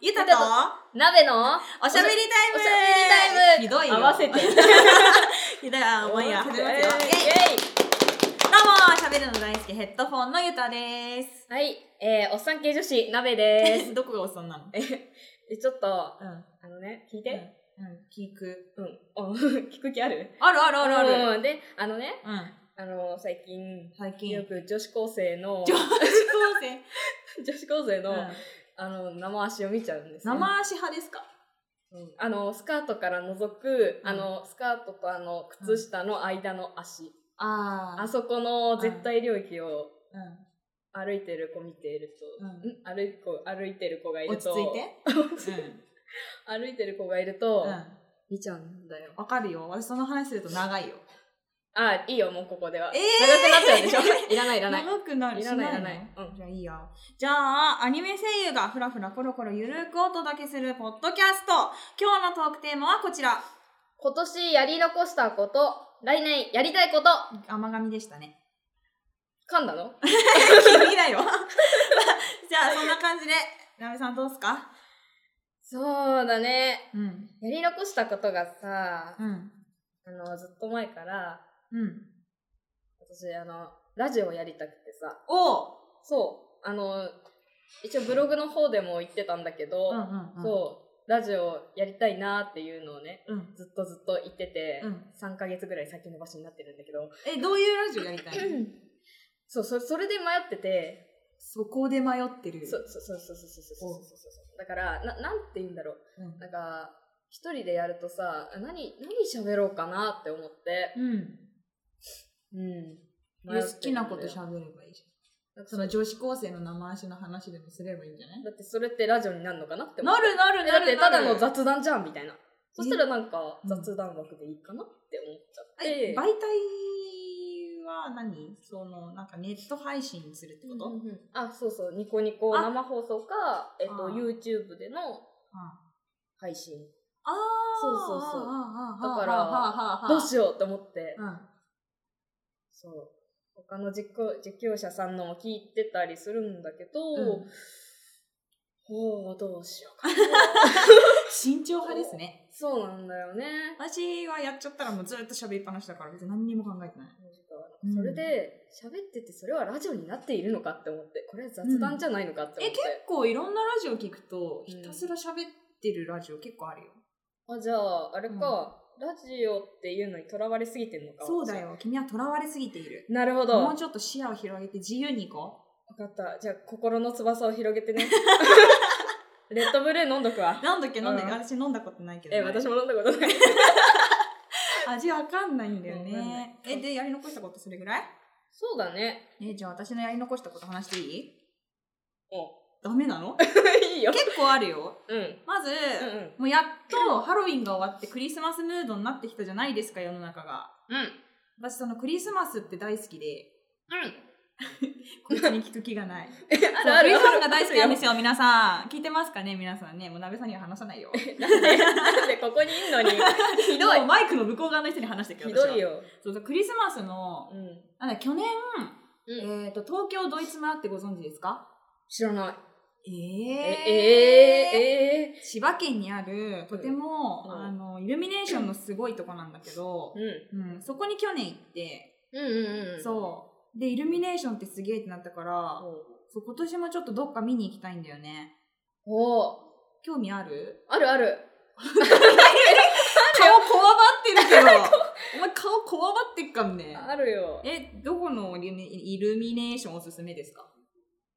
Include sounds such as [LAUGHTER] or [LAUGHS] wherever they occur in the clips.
ゆたと鍋のおしゃべりおしタゃイムべひりどタいイよム合わ [LAUGHS] せてひどいあもういいや始めますよイイエイエイどうもしゃべるの大好きヘッドフォンのゆたではい、えー、おっさん系女子鍋ですすどこがおっさんなの [LAUGHS] えでちょっとあうんのね聞いてうん聞くうん、うん、 [LAUGHS] 聞く気あるあるあるあるあるうんであのねうんあの最近最近よく女子高生の女 [LAUGHS] 女子高 [LAUGHS] 生子高生の、うんあの生足を見ちゃうんですよ生足派ですかうんあのスカートから覗く、うんあのスカートとあの靴下の間の足、ああそこの絶対領域をう歩いてる子見ていると、うんん歩い子歩いてる子がいんる落ちと着いて歩いてる子がいるうと、んうん見ちゃうんだよわかるよ私その話すると長いよあいいよもうここでは、えー長くなっちゃうでし [LAUGHS] ょいらないいらない長くなるいらなしのいいらないうんじゃあいいやじゃあアニメ声優がふらふらコロコロゆるくお届けするポッドキャスト今日のトークテーマはこちら今年やり残したこと来年やりたいこと甘噛みでした [LAUGHS] ね噛んだの君 [LAUGHS] だよじゃあそんな感じでなべさんどうっすかそうだねうんやり残したことがさ、うんあのずっと前からうん私あのラジオをやりたくてさおうそうあの一応ブログの方でも言ってたんだけど、うんうんうんそうラジオやりたいなっていうのをねうんずっとずっと言ってて、うん3ヶ月ぐらい先延ばしになってるんだけど、えどういうラジオやりたいのそうそそれで迷っててそこで迷ってるそうそうそうそうそうそうそうそうそうそうだからななんて言うんだろううんなんか一人でやるとさ何何喋ろうかなって思って、うんうん、で好きなこと喋ればいいじゃゃんその女子高生の生足の話でもすればいいんじゃないだってそれってラジオになるのかなって思っなるなるてなだってるたなるだの雑談じゃんみたいなそしたらなんかうん雑談枠でいいかなって思っちゃっえて、媒体は何そのなんかネット配信するってこと、うんうんうんあそうそうニコニコあ生放送か、えっと、あー YouTube でのあ配信あーそうそうそうあーあーあーだからあーあーあーどうしようと思って、うんそう他の実況実況者さんのも聞いてたりするんだけど、うんほうどうしようか [LAUGHS] 慎重派ですねそうなんだよね私はやっちゃったらもうずっと喋りっぱなしだから別に何にも考えてないうんそれで喋っててそれはラジオになっているのかって思ってこれは雑談じゃないのかって思えって結、構いろんなラジオ聞くとうんひたすら喋ってるラジオ結構あるよ、あじゃああれか、ラジオっていうのにとらわれすぎてんのかそうだよ君は囚われすぎているなるほどもう分ちょっと視野を広げて自由に行こかったじゃあ心の翼を広げ [LAUGHS] てねレッドブルー飲んどくわうなんだっけなんだっけ、うん私飲んだことないけど、え私も飲んだ [LAUGHS] ことない味わかんないんだよわかんなねいえでやり残したことそれぐらいそうだね。えじゃあ私のやり残したこと話していいおダメな [LAUGHS] のいいよ。結構あるようん。うんまず、うん。もうやっとハロウィンが終わってクリスマスムードになってきたじゃないですか世の中がうん。私そのクリスマスって大好き [LAUGHS] でうん。こっちに聞く気がないそうあクるあリる。スマスが大好きなんですよ皆さん聞いてますかね皆さんねもう鍋さんには話さ [LAUGHS] ないよなんで、なんでここにいんのに。ひどいもう。マイクの向こう側の人に話してけどひどいよよ。そうそうクリスマスのうん。なんだ去年、うんえー、と東京ドイツ村ってご存知ですか知らない。ええー、ええ千葉県にあるとても、うんあのイルミネーションのすごいとこなんだけどう、ん。うん、そこに去年行って、うんうんうん。う。そうでイルミネーションってすげえってなったから、そう今年もちょっとどっか見に行きたいんだよねおお。興味あるあるある。顔こわばってるけど [LAUGHS] お前顔こわばってっかんねあるよ。えどこのイルミイルミネーションおすすめですか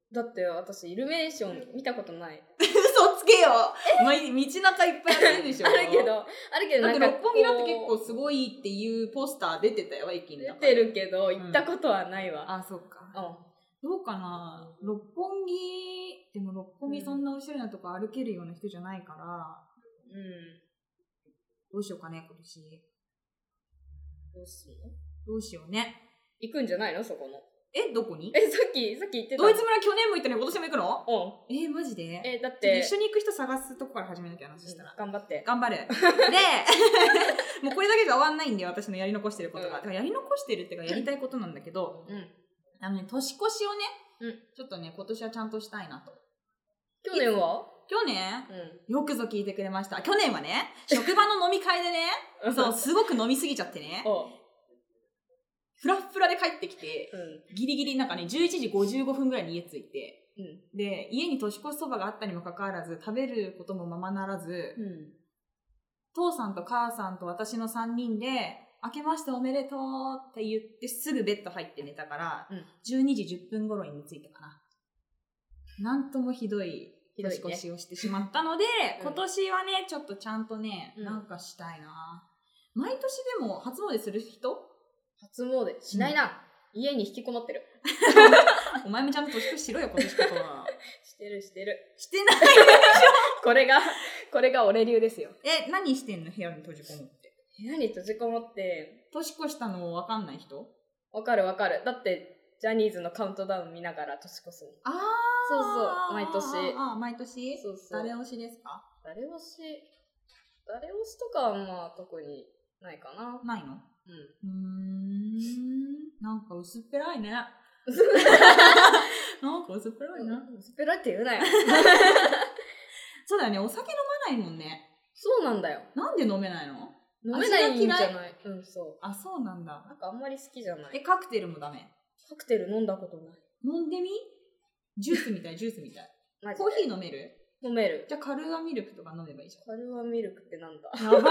だって私、イルミネーション見たことない。 [LAUGHS] 嘘つけよ前道中いっぱいやってるでしょあるけど、あるけどだなっんてか六本木だって結構こすごいっていうポスター出てたよ駅うに出てるけど、行ったことはないわ。あそうかうん。どうかな六本木でも六本木そんなおしゃれなとこ歩けるような人じゃないからうん。どうしようかね今年どうすんのどうしようね行くんじゃないのそこの。えどこにえ、さっき、さっき言ってた。ドイツ村去年も行ったのに今年も行くのうん。えー、マジでえ、だっちょっとて。一緒に行く人探すとこから始めなきゃ話したら、頑張って。頑 [LAUGHS] 張るで [LAUGHS] もうこれだけじゃ終わんないんで私のやり残してることが、うんてかやり残してるっていうかやりたいことなんだけどうん。あのね年越しをね、うんちょっとね今年はちゃんとしたいなと去年は去年うよくぞ聞いてくれました。去年はね、職場の飲み会でね、ん。そう、すごく飲みすぎちゃってね、おう。フラッフラで帰ってきて、うん。ギリギリなんかね、11時55分ぐらいに家着いて、うん。で、家に年越しそばがあったにもかかわらず、食べることもままならず、うん。父さんと母さんと私の3人で、明けましておめでとうって言ってすぐベッド入って寝たから、うん12時10分頃に着いたかな。なんともひどいひどい年ね越しをしてしまったので、うん今年はね、ちょっとちゃんとね、うんなんかしたいな。毎年でも初詣する人初詣しないな。家に引きこもってる。お前もちゃんと年越ししろよ、今年こそは。 [LAUGHS] してるしてる。してないこれが、これが俺流ですよ。え、何してんの部屋に閉じこもって。部屋に閉じこもって、年越したの分かんない人わかるわかる。だって、ジャニーズのカウントダウン見ながら年越すもん。ああそうそう毎年ああ、毎年そうそう。誰推しですか誰推し、誰推しとかはまあ特にないかな。ないのうん。うーん。なんか薄っぺらいね。なんか薄っぺらいな。スペラって言うな [LAUGHS] よ。そうだよね、お酒飲まないもんね。そうなんだよ。なんで飲めないの飲めないんじゃ味がないうん、そあ、そうなんだう。。なんかあんまり好きじゃなえ、い。カクテルもダメ。カクテル飲んだことない。飲んでみジュースみたい、ジュースみたい。マジコーヒー飲める飲める。じゃあカルーアミルクとか飲めばいいじカルアミルクってなんだゃん。やばー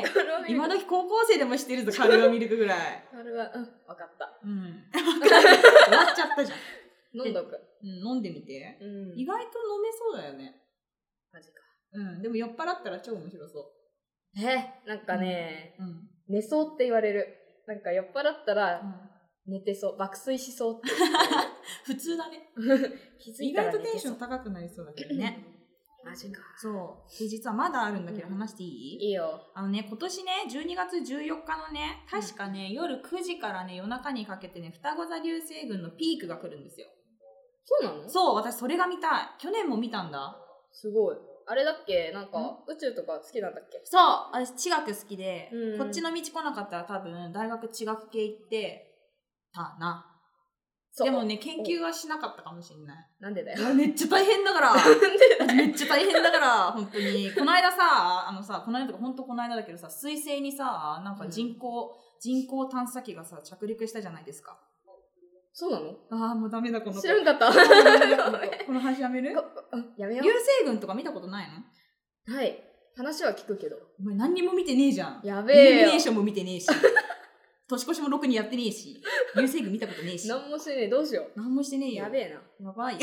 いカルアミ [LAUGHS] ル今ク。時高校生でも知ってるぞ、カルーアミルクぐらい。カルア、うん、わかった。うん。終わっちゃったじゃん。飲んどく。うん、飲んでみて。うん意外と飲めそうだよね。マジか。うん、でも酔っ払ったら超面白そえ、なんかね、う。うん。寝そうって言われる。なんか酔っ払ったうらん寝てそう。爆睡しそう [LAUGHS] って。普通だね。気づ意いた外らと寝テンてシそョうン。高くなりそうだけどね。マジか。そう。で、実はまだあるんだけどうん話していい、いいよ。あのね、今年ね、12月14日のね、確かね、夜9時からね、夜中にかけてね、双子座流星群のピークが来るんですよ。そうなのそう、私それが見たい。去年も見たんだ。すごい。あれだっけなんか、宇宙とか好きなんだっけそう、私、地学好きで、うんこっちの道来なかったら多分、大学地学系行って、たな。そうでもね、研究はしなかったかもしれない。なんでだ [LAUGHS] いよ。やめっちゃ大変だから。めっちゃ大変だから、本当に。この間さ、あのさ、この間とか本当この間だけどさ、水星にさ、なんか人工、人工探査機がさ、着陸したじゃないですか。 [LAUGHS] そうなのああ、もうダメだ、この子。[LAUGHS] 知らんかった。 [LAUGHS] あーダメだこのごめん子この話やめるこうんやめよ流星群とか見たことないのう。はい。話は聞くけど。お前何にも見てねえじゃん。やイべルミえよネー。ションも見てねえし。年越しもろくにやってねえし。流星群見たことねえし。なんもしてねえ。どうしよ何もしてねえう。よ。やべえな。やばい。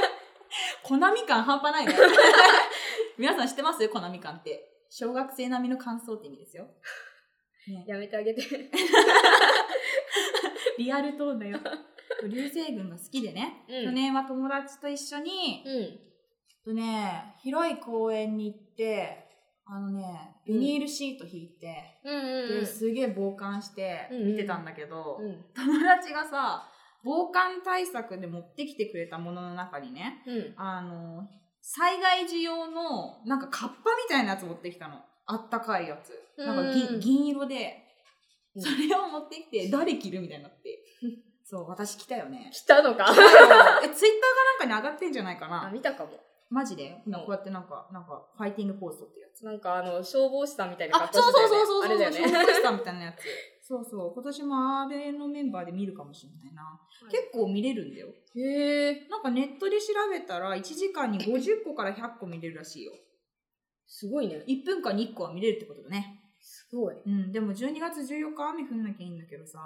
[LAUGHS] コナミ感半端ないね。皆さん知ってますコナミ感って。小学生並みの感想って意味ですよ。ね、やめてあ [LAUGHS] げて。リアルトーンだよ。流星群が好きでね、うん去年は友達と一緒に、うん。とね、広い公園に行って、あのね、ビニールシート引いて、うんうんですげえ傍観してうんうん見てたんだけど、うん。友達がさ、防寒対策で持ってきてくれたものの中にね、うん。あの、災害時用の、なんかカッパみたいなやつ持ってきたの。あったかいやつ。なんかう銀ん銀色で、うんそれを持ってき [LAUGHS] て、誰着るみたいになって。 [LAUGHS] そう、私来たよ [LAUGHS] ね。来たのかえ、ツイッターかなんかに上がってんじゃないかあ、な。見たかも。マジでこうやってなんか、なんか、ファイティングポーズってやつ。なんかあの、消防士さんみたいなあ、格好そうしてそうたそようそうそう。ねあれだよね。消防士さんみたいなやつ。 [LAUGHS] そうそう。今年もあれのメンバーで見るかもしれないな。結構見れるんだよ。へえ。なんかネットで調べたら、1時間に50個から100個見れるらしいよ。すごいね。 1分間に1個は見れるってことだね。すごい。うん、でも12月14日雨降んなきゃいいんだけどさ。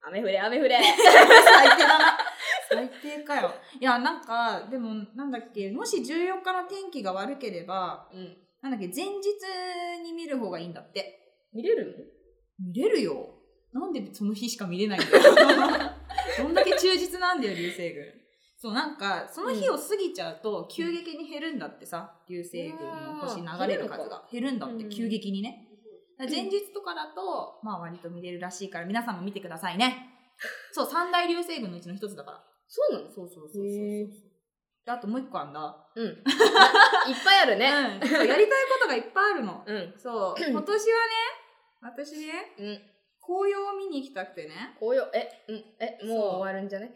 雨降れ、雨降 [LAUGHS] れ。最低だな。 [LAUGHS] 最低かよ。いや、なんか、でも、なんだっけ、もし14日の天気が悪ければ、うん。なんだっけ、前日に見る方がいいんだって。見れるの見れるよ。なんでその日しか見れないんだよ。 [LAUGHS] どんだけ忠実なんだよ、流星群。そう、なんか、その日を過ぎちゃうと、急激に減るんだってさ、流星群の星流れる数が減るんだって、うん急激にね。だから前日とかだと、まあ割と見れるらしいから、皆さんも見てくださいね。そう、三大流星群のうちの一つだから。そうなのそうそうそうそうそう。へーであともう一個あんだ。うん。いっぱいあるね。うんそうやりたいことがいっぱいあるの。う [CLEARS THROAT] ん。そう、今年はね、私ね、うん。紅葉を見に行きたくてね。紅葉、え、うん、え、もそうう終わるんじゃね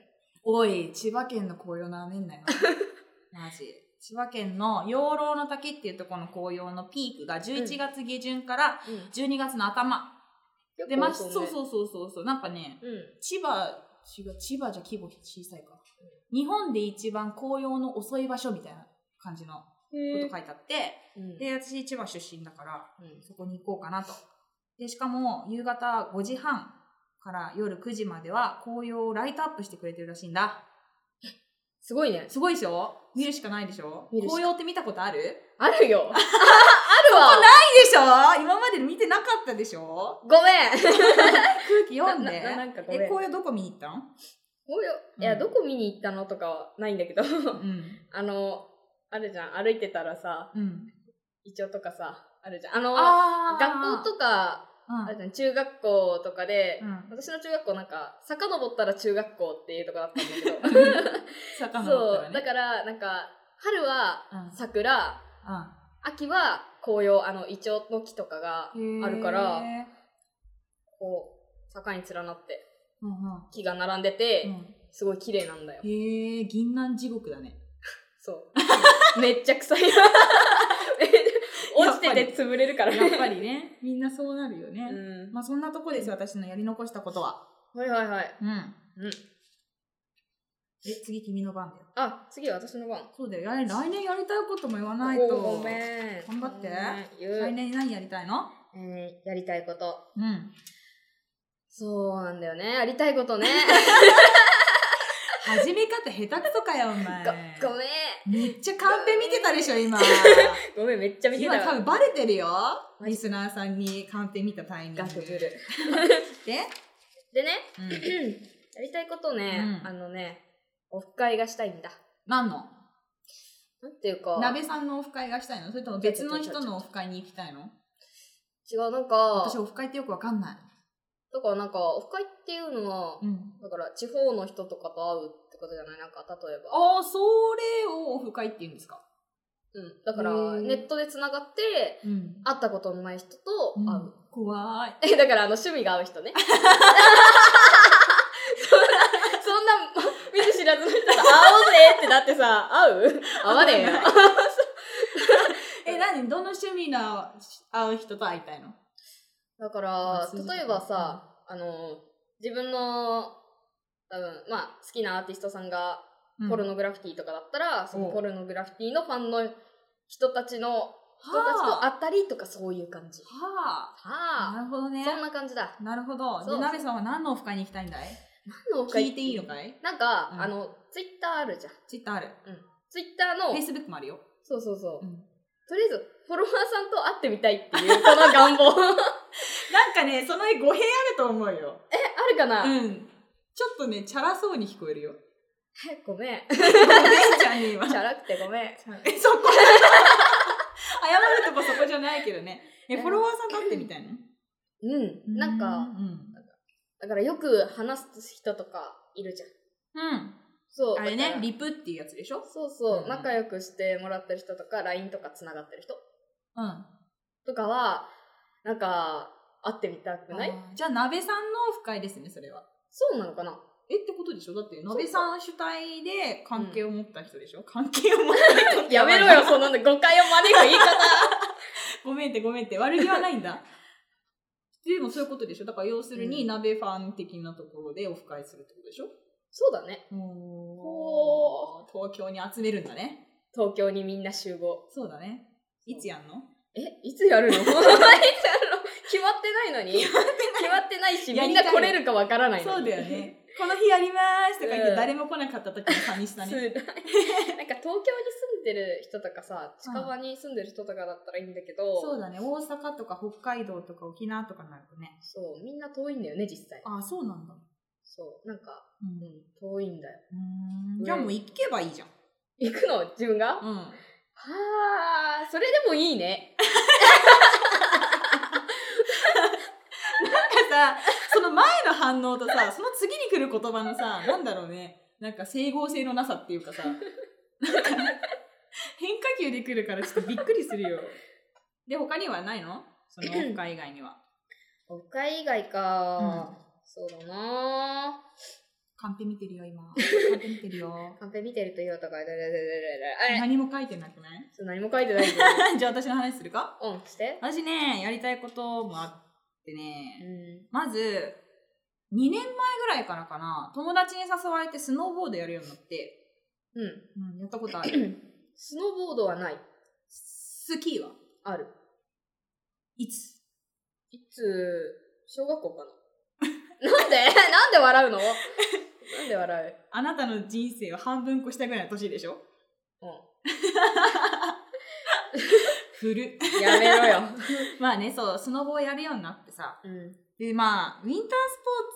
おい、千葉県の紅葉なめんなよ。マジ。千葉県の養老の滝っていうところの紅葉のピークが11月下旬から12月の頭。で、まあ、そうそうう。そうそうそう。なんかね、うん。千葉、違う、千葉じゃ規模小さいか。日本で一番紅葉の遅い場所みたいな感じのこへとえ書いてあって、うんで、私千葉出身だから、うんそこに行こうかなと。で、しかも夕方5時半から夜9時までは紅葉をライトアップしてくれてるらしいんだ。すごいね。すごいでしょ見るしかないでしょ見るしか紅葉って見たことあるないである [LAUGHS] よ。あるわ。しょ今まで見てなかったでしょごめん。空気読んで。なななんかごめんえ、紅葉どこ見に行ったんおよいうや、んどこ見に行ったのとかはないんだけど。うん。あの、あるじゃん。歩いてたらさ、うん。イチョウとかさ、あるじゃん。あの、あ学校と、とか、あるじゃん。中学校とかで、うん。うん。私の中学校なんか、遡ったら中学校っていうとこだったんだけど。 [LAUGHS] 魚そう、だだかから、なんか、春はら、うん。桜、秋は紅葉、あの、イチョウの木とかが、うんあるからへーこう、坂に連なって、うんうん木が並んでて、うんすごい綺麗なんだよ。へえ、銀杏地獄だね。そう。 [LAUGHS] めっちゃ臭い。 [LAUGHS] 落ちてて潰れるからね。やっぱりね、みんなそうなるよね。うんまあそんなとこです、私のやり残したことは。はいはいはい。うん。うんえ、次君の番だよ。あ、次は私の番。そうだよ。来来年やりたいことも言わないと。おごめん。頑張ってごめん来言う、年何やりたいのえーやりたいこと。うん。そうなんだよね。やりた [LAUGHS] いことね。始め方下手くそかよ、お前。 [LAUGHS] ごごめん。めっちゃカンペ見てたでしょ、今。ごめん、めっちゃ [LAUGHS] 見てた今多よ。分バレてるよ。マジリスナーさんにカンペ見たタイミング。ガクブル。で、でね、うんやりたいことね、うんあのね、オフ会がしたいんだ。何のなんていうか、鍋さんのオフ会がしたいのそれとも別の人のオフ会に行きたいの違う、なんか、私オフ会ってよくわかんない。だからなんか、オフ会っていうのは、うん。だから地方の人とかと会うってことじゃないなんか、例えば。ああ、それをオフ会って言うんですかうん。だかへら、ーネットで繋がって、うん。会ったことのない人と会う。怖い。 [LAUGHS] え、だからあの趣味が合う [LAUGHS] 人ね。そんな、そんな、見ず知らずの人と会おうぜってなってさ、会う会わねえよ。え、何どの趣味の会う人と会いたいのだかまあら、通じた例えばさ、あの、自分の、多分、まあ、好きなアーティストさんが、ポルノグラフィティとかだったら、そのポルノグラフィティのファンの人たちの、人たちとはあ会ったりとかそういう感じ。はあ。はあ、なるほどね。そんな感じだ。なるほど。そで、うなべさんは何のオフ会に行きたいんだい何の聞いていいのかいなんか、うんあの、ツイッターあるじゃん。ツイッターある。ツイッターフのェイ、スブックもあるよ。そうそうそう。うんとりあえず、フォロワーさんと会ってみたいっていう、この願望。 [LAUGHS] なんかね、その絵語弊あると思うよ。え、あるかな、うん。ちょっとね、チャラそうに聞こえるよ。えごめん。ごめんちゃんには。チャラくてごめん。え、 [LAUGHS] そこ謝るとこそこじゃないけどね。え、フォロワーさんと会ってみたいのうん。なんか、うん。だからよく話す人とかいるじゃん。うん。そう。あれだかね、らリプっていうやつでしょそうそう、うん仲良くしてもらってる人とか、LINE とか繋がってる人うん。とかは、なんか、会ってみたくないあーじゃあ、鍋さんのオフ会ですね、それは。そうなのかなえってことでしょだって、か鍋さん主体で関係を持った人でしょ、関係を持った [LAUGHS] 人やめろよ、そんなの誤解を招く言い方。ごめんってごめんって、悪気はないんだ。 [LAUGHS] でもそういうことでしょだから要するに、うん鍋ファン的なところでオフ会するってことでしょ [LAUGHS] そうだね。おー東京に集めるんだね。東京にみんな集合。そうだね。いつやんのえ、いつ [LAUGHS] やるのいつやるの決まってないのに決まってないし、やみんりたいな来れるかわからないのそうに。だよね。この日やりますとか言っうてん誰も来なかった時の寂しさそうね。だねなんか東京に住んでる人とかさ、近場に住んでる人とかだったらいいんだけ [LAUGHS] ど、そうだね。大阪とか北海道とか沖縄とかになるとね。そう、みんな遠いんだよね、実際。ああ、そうなんだ。そう、なんか、う。うんん、遠いんだよ。じゃあもう行けばいいじゃん。行くの自分がはうん。あ、それでもいいね。なんかさ、その前の反応とさ、その次に来る言葉のさ、なんだろうね。なんか整合性のなさっていうかさ。なんか変化球で来るからちょっとびっくりするよ。で、他にはないのそのオフ会以外には。オフ会以外か、そうだなカンペ見てるよ、 [LAUGHS] 今。カンペ見てるよ。カンペ見てるというとか、だだだだだだあれ何も書いてなくないそう何も書いてないけ [LAUGHS] ど。じゃあ私の話するかうん、して。私ね、やりたいこともあってうね、ん。まず、2年前ぐらいからかな、友達に誘われてスノーボードやるようになって、うん。うん、やったことある。 [COUGHS] スノーボードはない。スキーはある。いついつ、小学校かな。 [LAUGHS] なんでなんで笑うのなんで笑あなたの人生を半分越したぐらいの年でしょううん。古。やめろよ。 [LAUGHS] まあね、そう、スノボをやるようになってさ。うん。で、まあ、ウィンタースポ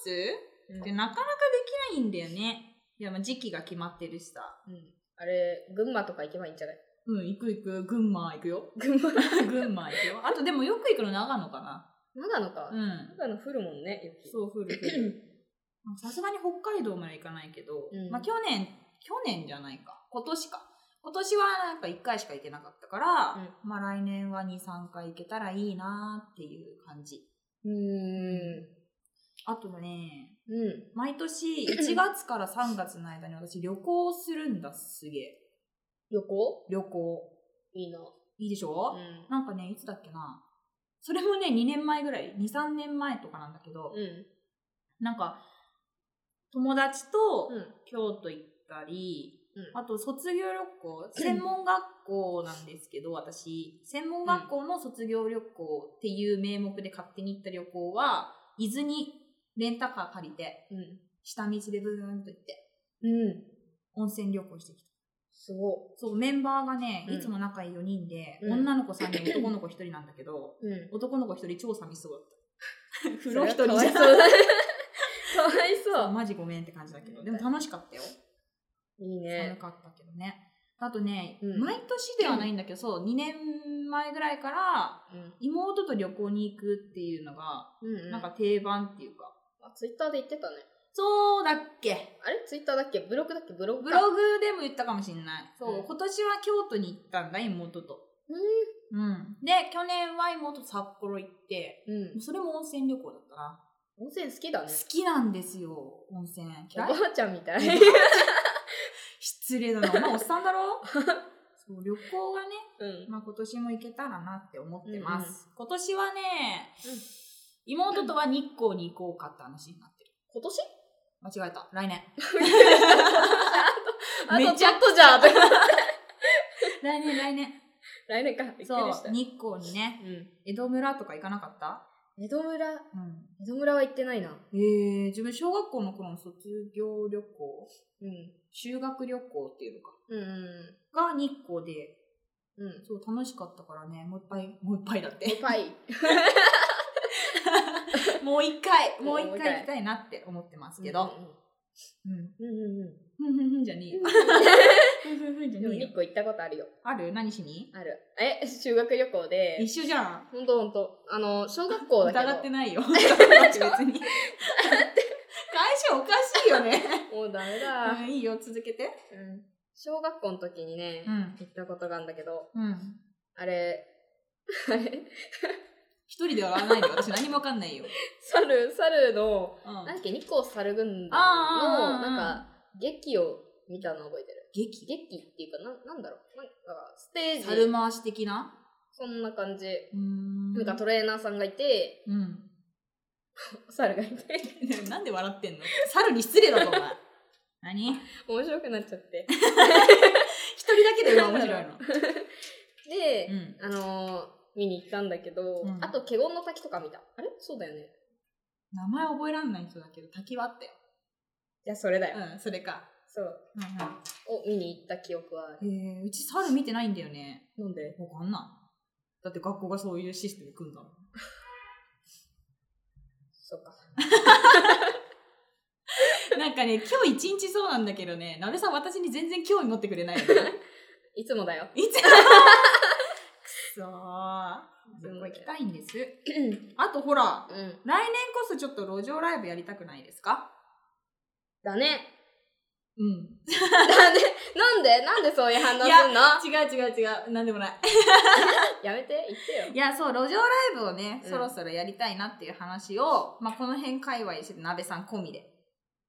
ーツうんってなかなかできないんだよね。いや、まあ時期が決まってるしさ。うんあれ、群馬とか行けばいいんじゃないうん、行く行く、群馬行く [LAUGHS] よ。群馬群馬行くよ。あとでもよく行くの長野かな。長野か。うん。長野降るもんね、雪。そう、降る降 [CLEARS THROAT] る。まあさすがに北海道まで行かないけど、うんまあ去年、去年じゃないか。今年か。今年はなんか1回しか行けなかったから、うまあ来年は2、3回行けたらいいなっていう感じ。うーん。あとね、うん。毎 [CLEARS THROAT] 年1月から3月の間に私旅行するんだ、すげえ。旅行旅行。いいな。いいでしうょ、ん。なんかね、いつだっけな。それもね、2年前ぐらい、2、3年前とかなんだけど、うん。なんか、友達とうん。京都行ったり、うんあと卒業旅行、専門学校なんです [LAUGHS] けど、私、専門学校の卒業旅行っていう名目で勝手に行った旅行は、伊豆にレンタカー借りて、うん。下道でブーンと行って、うん。温泉旅行してきた。すごそう、メンバーがね、うんいつも仲いい4人で、うん女の子3人、男の子1人なんだけど、い。うん。男の子1人超寂しそうだった。風風呂呂1一人人じじゃんゃん [LAUGHS] かわいそうそマジごめんって感じだけど、でも楽しかったよ。う。いい寒ね。かったけどね。あとね、うん毎年ではないんだけど、そう、2年前ぐらいから、うん。妹と旅行に行くっていうのが、うん。なんか、定番っていうか。ツイッターで言ってたね。そうだっけあれツイッターだっけブログだっけブログブかログでも言ったかもしんない。そう、うん今年は京都に行ったんだ、妹と。ううん。で、去年は妹と札幌行って、ん。うん。それも温泉旅行だったな。温泉好きだね好。きなんですよ、温泉。お嫌い [LAUGHS] ばあちゃんみたい。失礼だな。お前おっさんだ [LAUGHS] ろそう、旅行がね、うん。まあ、今年も行けたらなって思ってます。今年はね、うん妹とは日光に行こうかって話になってる。今年間違えた。来年。あめとちちゃょっとじゃん [LAUGHS] 来年、来年。 [LAUGHS] 来年か。びっくそりうした。、日光にね、うん。江戸村とか行かなかった江戸村、うん。江戸村は行ってないな。えー、自分小学校の頃の卒業旅行、うん。修学旅行っていうのか。うん。が日光で、うん。うん。そう、楽しかったからね、もういっぱい、もういっぱいだっいてっ。ぱい。 [LAUGHS] もう一回、 [LAUGHS] ももうう一一回回行きたいなって思ってますけど。うん。うん。うんうんふんふ [LAUGHS] んふんじゃねえよ。ふんふんふんじうゃん。でもねえ日よ。光行ったことあるよ。ある何しにある。え、修学旅行で。一緒じゃん。ほんとほんと。あの、小学校だけど。疑ってないよ。別に。会社おかしいよね。もうダメだ。うんいいよ、続けて。うん。小学校の時にね、ん。行ったことがあるんだけど、うん。あれ、 [LAUGHS] あれ、一人で笑わないで、私何もわかんないよ。猿、猿の、うん [LAUGHS] なんだっけ、日光猿軍団の、あーあーあーなんか、劇を見たの覚えてる。劇劇っていうか、なんなんだろう。なんか、ステー猿ジ、回し的なそんな感じ。うーんなんかトレーナーさんがいて、うん。 [LAUGHS] 猿がいて、 [LAUGHS] なんで笑ってんの猿に失礼だぞ、お前。何一面白くなっちゃって。人だけで今面白いの。で、うん。あのー見に行ったんだけど、うんあと、華厳の滝とか見た。あれそうだよね。名前覚えらんない人だけど、滝はあったよ。じゃあ、それだよ。うん、それか。そう。うんうん。を見に行った記憶はある。えー、うち猿見てないんだよね。なんでわかんない。だって学校がそういうシステム組んだもん。そうか。なんかね、 [LAUGHS] 今日一日そうなんだけどね、なべさん私に全然興味持ってくれないよ [LAUGHS] ね。いつもだよ。いつ [LAUGHS] くそー。でも行きたいん [CLEARS THROAT] です。うん。あとほら、来年こそちょっと路上ライブやりたくないですかだね。 [LAUGHS] うん。だね。なんでなんでそういう反応すんのや違う違う違う。なんでもない。めて。言って [LAUGHS] よい。や、そう、路上ライブをね、うんそろそろやりたいなっていう話を、まあ、この辺界隈してて、なべさん込みで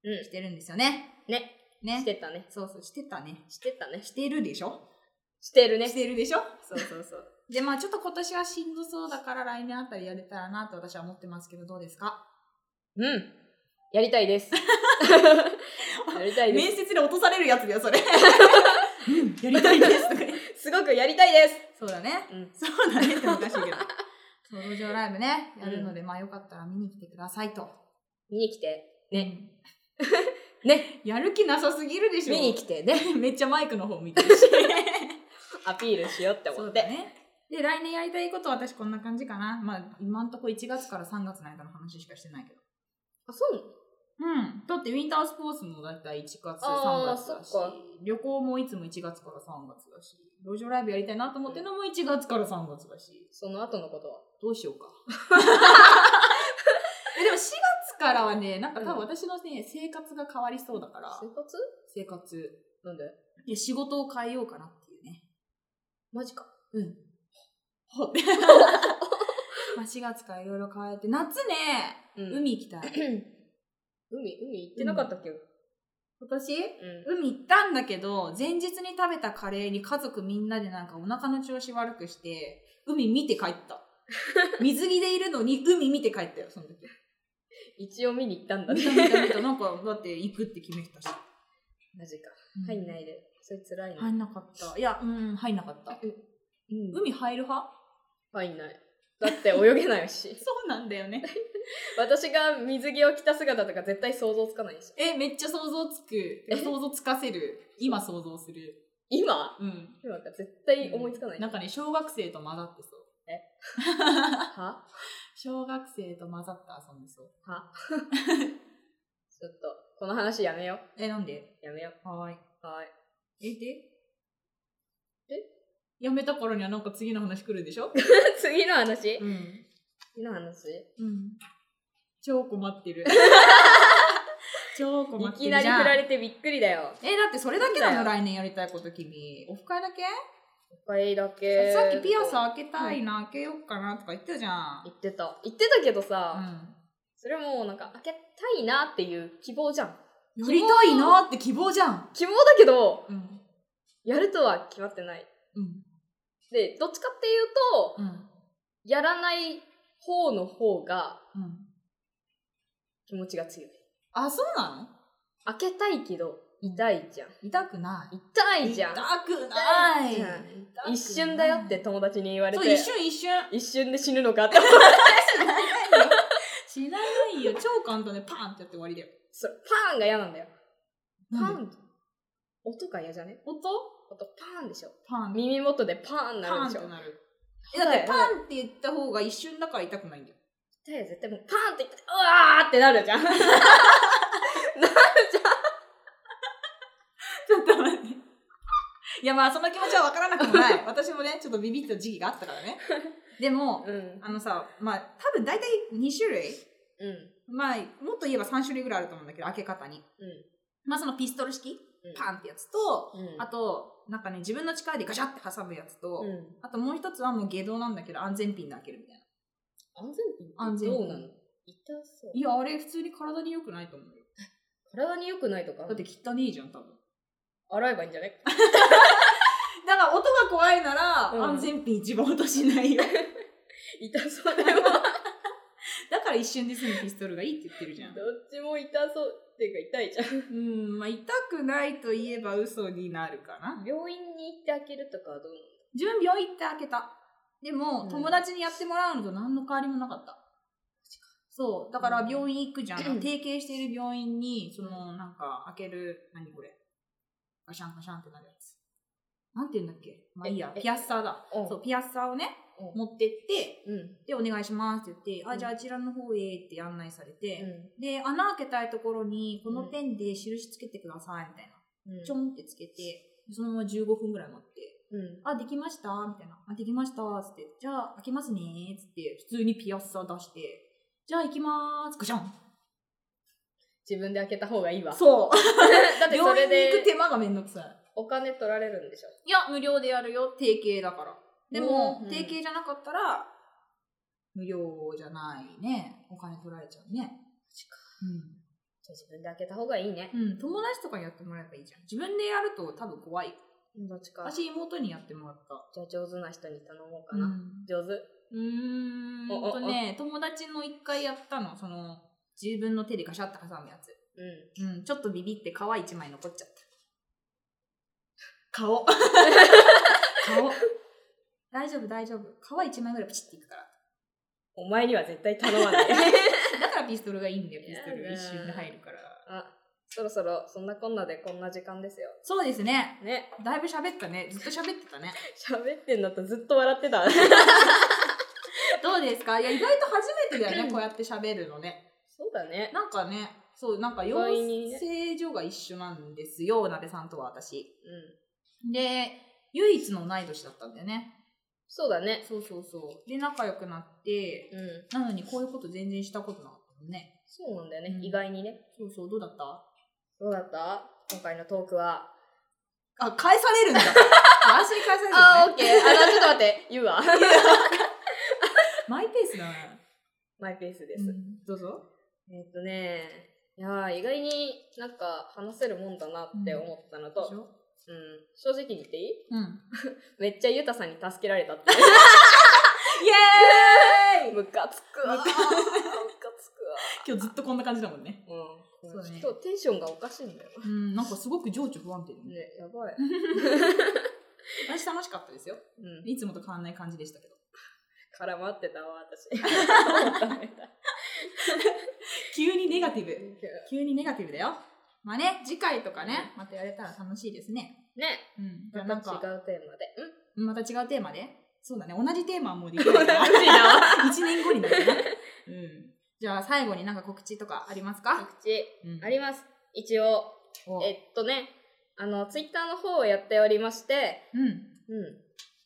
うんしてるんですよね。ね。ね。してたね。そうそう、してたね。してたね。してるでしょしてるねし。てるでしょそうそうそう。で、まあちょっと今年はしんどそうだから来年あたりやれたらなと私は思ってますけど、どうですかうん。やりたい [LAUGHS] です。やりたいで面接で落とされるやつだよ、それ。うん、やりた [LAUGHS] いですとか言って。す。すごくやりたいです。そうだね。うん。そうだねっておかしいけど。 [LAUGHS] そう、路上ライブね、やるので、まあよかったら見に来てくださいと。見に来て。ね。うん。 [LAUGHS] ね。やる気なさすぎるでしょ。見に来てね。 [LAUGHS] めっちゃマイクの方見てる [LAUGHS] し。アピールしようって思そうっだて。ね。で、来年やりたいことは私こんな感じかな。まあ、今んとこ1月から3月の間の話しかしてないけど。あ、そううん。だってウィンタースポーツもだいたい1月、3あー月だしそっか、旅行もいつも1月から3月だし、路上ライブやりたいなと思ってるのも1月から3月だし、その後のことは。どうしよ [LAUGHS] うか。えでも4月からはね、なんか多分私のね、生活が変わりそうだから、生活生活。なんでいや、仕事を変えようかなっていうね。マジか。うん。ほまあ4月からいろいろ変えて、夏ね、うん海、海行きた [LAUGHS] い。海行ってなかったっけうん。今年海行ったんだけど、前日に食べたカレーに家族みんなでなんかお腹の調子悪くして、海見て帰 [LAUGHS] った。水着でいるのに海見て帰ったよ、その時。一応見に行ったんだ見ね。た見た見た、なんかだって行くって決めてたし。マジか。うん入んないで。それ辛いな。入んなかった。いや、うん、入んなかった。うん海入る派。入んない。だって泳げないし [LAUGHS] そうなんだよね。私が水着を着た姿とか絶対想像つかないし。え、めっちゃ想像つく。想像つかせる。今想像する。今うん。今なんか絶対思いつかない。なんかね、小学生と混ざってそう。は小学生と混ざって遊んでそう。はちょっと、この話やめよえ、なんでう。やめよはーい。う。はーい。え、でえやめた頃にはなんか次の話来るでしょ [LAUGHS] 次の話ん。次の話うん。超困って [LAUGHS] る。超困いってきるじなりゃ振ん。られてびっくりだよ。え、だってそれだけなそのうだ来年やりたいこと君。オフ会だけ、これだけ。さっきピアス開けたいな、開けようかなとか言ってたじゃん言。ってた。言ってたけどさ、うそれもうなんか開けたいなっていう希望じゃん。ん。やりたいなって希望じゃん。希望だけど、うん。やるとは決まってない。うん。で、どっちかっていうと、うん。やらない方の方がうん。気持ちが強い。あ、そうなの開けたいけど、痛いじゃん。痛くない。痛いじゃん。痛くない痛いじゃん一瞬だよって友達に言われそて。う一瞬一瞬一瞬で死ぬのかって思うしないよ超簡単でパーンってやって終わりだよ [LAUGHS] それパーンが嫌なんだよ。パーン音が嫌じゃね音音パーンでしょ。パーン耳元でパーパンなるーンでっしょ。てなるえだってパーンーンって言った方が一瞬だから痛くないんだよ痛いよ絶対もうパーンって言って、うわーってなるじゃん。なるじちょっと待っていやまあその気持ちは分からなくもない私もねちょっとビビった時期があったからねでもゃん。うん。あのさまあ多分大体2種類うん。まあもっと言えば3種類ぐらいあると思うんだけど開け方にまあそのピストル式うん。パーンってやつとン。うん。あとなんかね自分の力でガシャって挟むやつと、うん。あともう一つはもう下道なんだけど安全ピンで開けるみたいな。安全ピン安安全全ピンどうなの痛そうい。や、あれ普通に体に良くないと思うよ。体に良くないとかだって汚ねえじゃん、多分。洗えばいいんじ [LAUGHS] ゃねだから音が怖いなら、うん安全ピン一番落としないよ。痛そうでも。 [LAUGHS] だから一瞬で済むピストルがいいって言ってるじゃん。どっちも痛そうっていうか痛いじゃん。うん、まあ痛くないと言えば嘘になるかな。病院に行って開けるとかはどうなの自分病院行って開けた。でも、うん友達にやってもらうのと何の変わりもなかった。そう。だから病院行くじゃん。うん [CLEARS THROAT] 提携している病院に、その、なんか、開ける、何これ。ガシャンガシャンってなるやつ。なんて言うんだっけまあいいや、ええピアッサーだ。うんそう、ピアッサーをね、う持ってって、ん。うん。で、お願いしますって言って、うあ、んじゃああちらの方へって案内されて、うで、穴開けたいところに、このペンで印つけてください、みたいな。ん。ちょんってつけて、そのまま15分ぐらい待って、うん。あ、できましたみたいな。あ、できましたつって。じゃあ、開けますねつって、普通にピアッサー出して、じゃあ行きまーすガシャン自分で開けた方がいいわ。そう [LAUGHS] だってそ病れ院に行でく手間がめんどくさい。お金取られるんでしょ。いや、無料でやるよ。提携だから。でも、うん提携じゃなかったら、無料じゃないね。お金取られちゃうね。うん。じゃあ自分で開けた方がいいね。うん、友達とかにやってもらえばいいじゃん。自分でやると多分怖い。どっちか。私妹にやってもらった。じゃあ上手な人に頼もうかな。うん上手うーんおおほんとね、友達の一回やったの、その、自分の手でガシャって挟むやつ。うん。うん、ちょっとビビって皮一枚残っちゃっ顔。た。顔。 [LAUGHS] 大丈夫、大丈夫。皮一枚ぐらいプチっていくから。お前には絶対頼まない。 [LAUGHS] だからピストルがいいんだよ、ピストやル。だ一瞬で入るから。あ、そろそろそんなこんなでこんな時間ですよ。そうですね。ね。だいぶ喋ったね。ずっと喋って [LAUGHS] たね。喋ってんだったらずっと笑 [LAUGHS] ってた。そうどうですかいや、意外と初めてだよね、こうやって喋るのね。だね。なんかね、そう、なんか養意外にね成所が一緒なんですよ、なべさんとは私。うん。で、唯一の同い年だったんだよね。そうだね。そうそうそう。で、仲良くなって、うん。なのにこういうこと全然したことなかったもんね。そうなんだよね。うん意外にね。そうそう、どうだったどうだった今回のトークは。あ、返され [LAUGHS] るんだ。あ、私に返されるあー、のオッね。ケー。あ、ちょっと待って。言う [LAUGHS] わ。マイペースだね。マイペースでうす。んどうぞ。えっとね、いやー意外になんか話せるもんだなって思ったのと、でうしんょ正直に言っていいうん。めっちゃゆたさんに助けられたって。イエーイムカつくわ。ムムカカつくわ。今日ずっとこんな感じだもんね。うん、そうね今日テンションがおかしいんだよ。うん、なんかすごく情緒不安定だね。 [LAUGHS] ね、やばい。私楽しかったですよ。うん。いつもと変わんない感じでしたけど。絡まってたわ、私。急に [LAUGHS] ネガティブ。急にネガティブだよ。まあね、次回とかね、またやれたら楽しいですね。ね、うん。じゃあなまんた違か、うテーマで。うんまた違うテーマでそうだね、同じテーマはもうできない [LAUGHS] な。無理だわ1年後になるな。うん。じゃあ最後になんか告知とかありますか、告知うんあります。一応、おえっとね、あの、ツイッターの方をやっておりまして、うん。うん。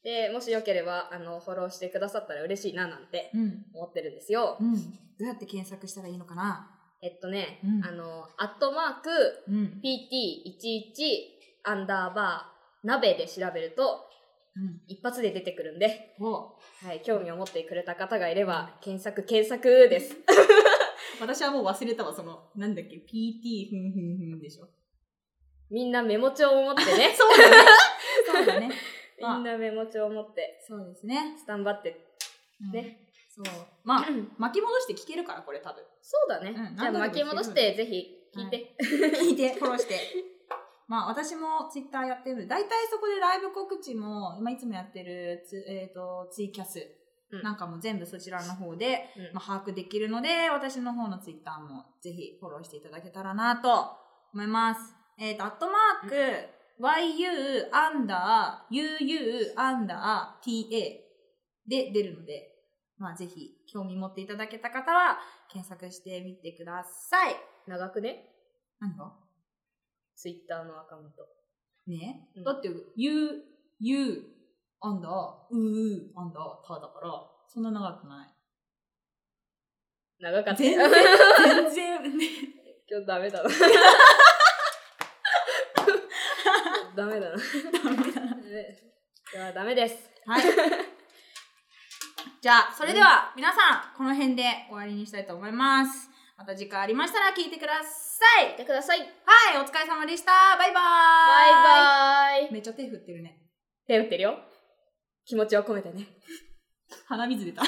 で、もしよければ、あの、フォローしてくださったら嬉しいななんてうん。思ってるんですよ。うん。どうやって検索したらいいのかなえっとね、うんあの、アットマーク、うん。 PT11 アンダーバー、鍋で調べると、うん。一発で出てくるんで、おはい、興味を持ってくれた方がいれば、検索、検索です。私はもう忘れたわ、その、なんだっけ、PT ふんふんふんでしょ。。みんなメモ帳を持ってねそうだね。そうだね。 [LAUGHS] まあみんなメモ帳を持って、そうですね。スタンバって。 [CLEARS THROAT] うんね。そう。まあ、巻き戻して聞けるから、これ多分。そうだね。うんじゃあ何度でも巻き戻して、ぜひ聞いて。 [LAUGHS] 聞いて、フォローして。まあ、私もツイッターやってるので、大体そこでライブ告知も、今いつもやってるツ,、えー、とツイキャスうんなんかも全部そちらの方で、うんまあ、把握できるので、私の方のツイッターもぜひフォローしていただけたらなと思います。えっ、と、アットマーク、yu, アンダー、uu, アンダー、ta で出るので、まあ、ぜひ興味持っていただけた方は検索してみてください。長くね。何がツイッターのアカウント。ね、うんだって、you, you, アンダー、うう、アンダー、ただから、そんな長くない。長かった。全今然、 [LAUGHS] 全然、ね、日ダ [LAUGHS] メだな。ダメだな。ダメだな。ねいや、ダメです。はい。 [LAUGHS] じゃあ、それでは、皆さん、この辺で終わりにしたいと思います。また次回ありましたら聞いてくださ見い。てください。バイはい、お疲れ様でした。バイバーイ。バイ。めっちゃ手振ってるね。手打ってるよ。気持ちを込めてね。鼻水出た。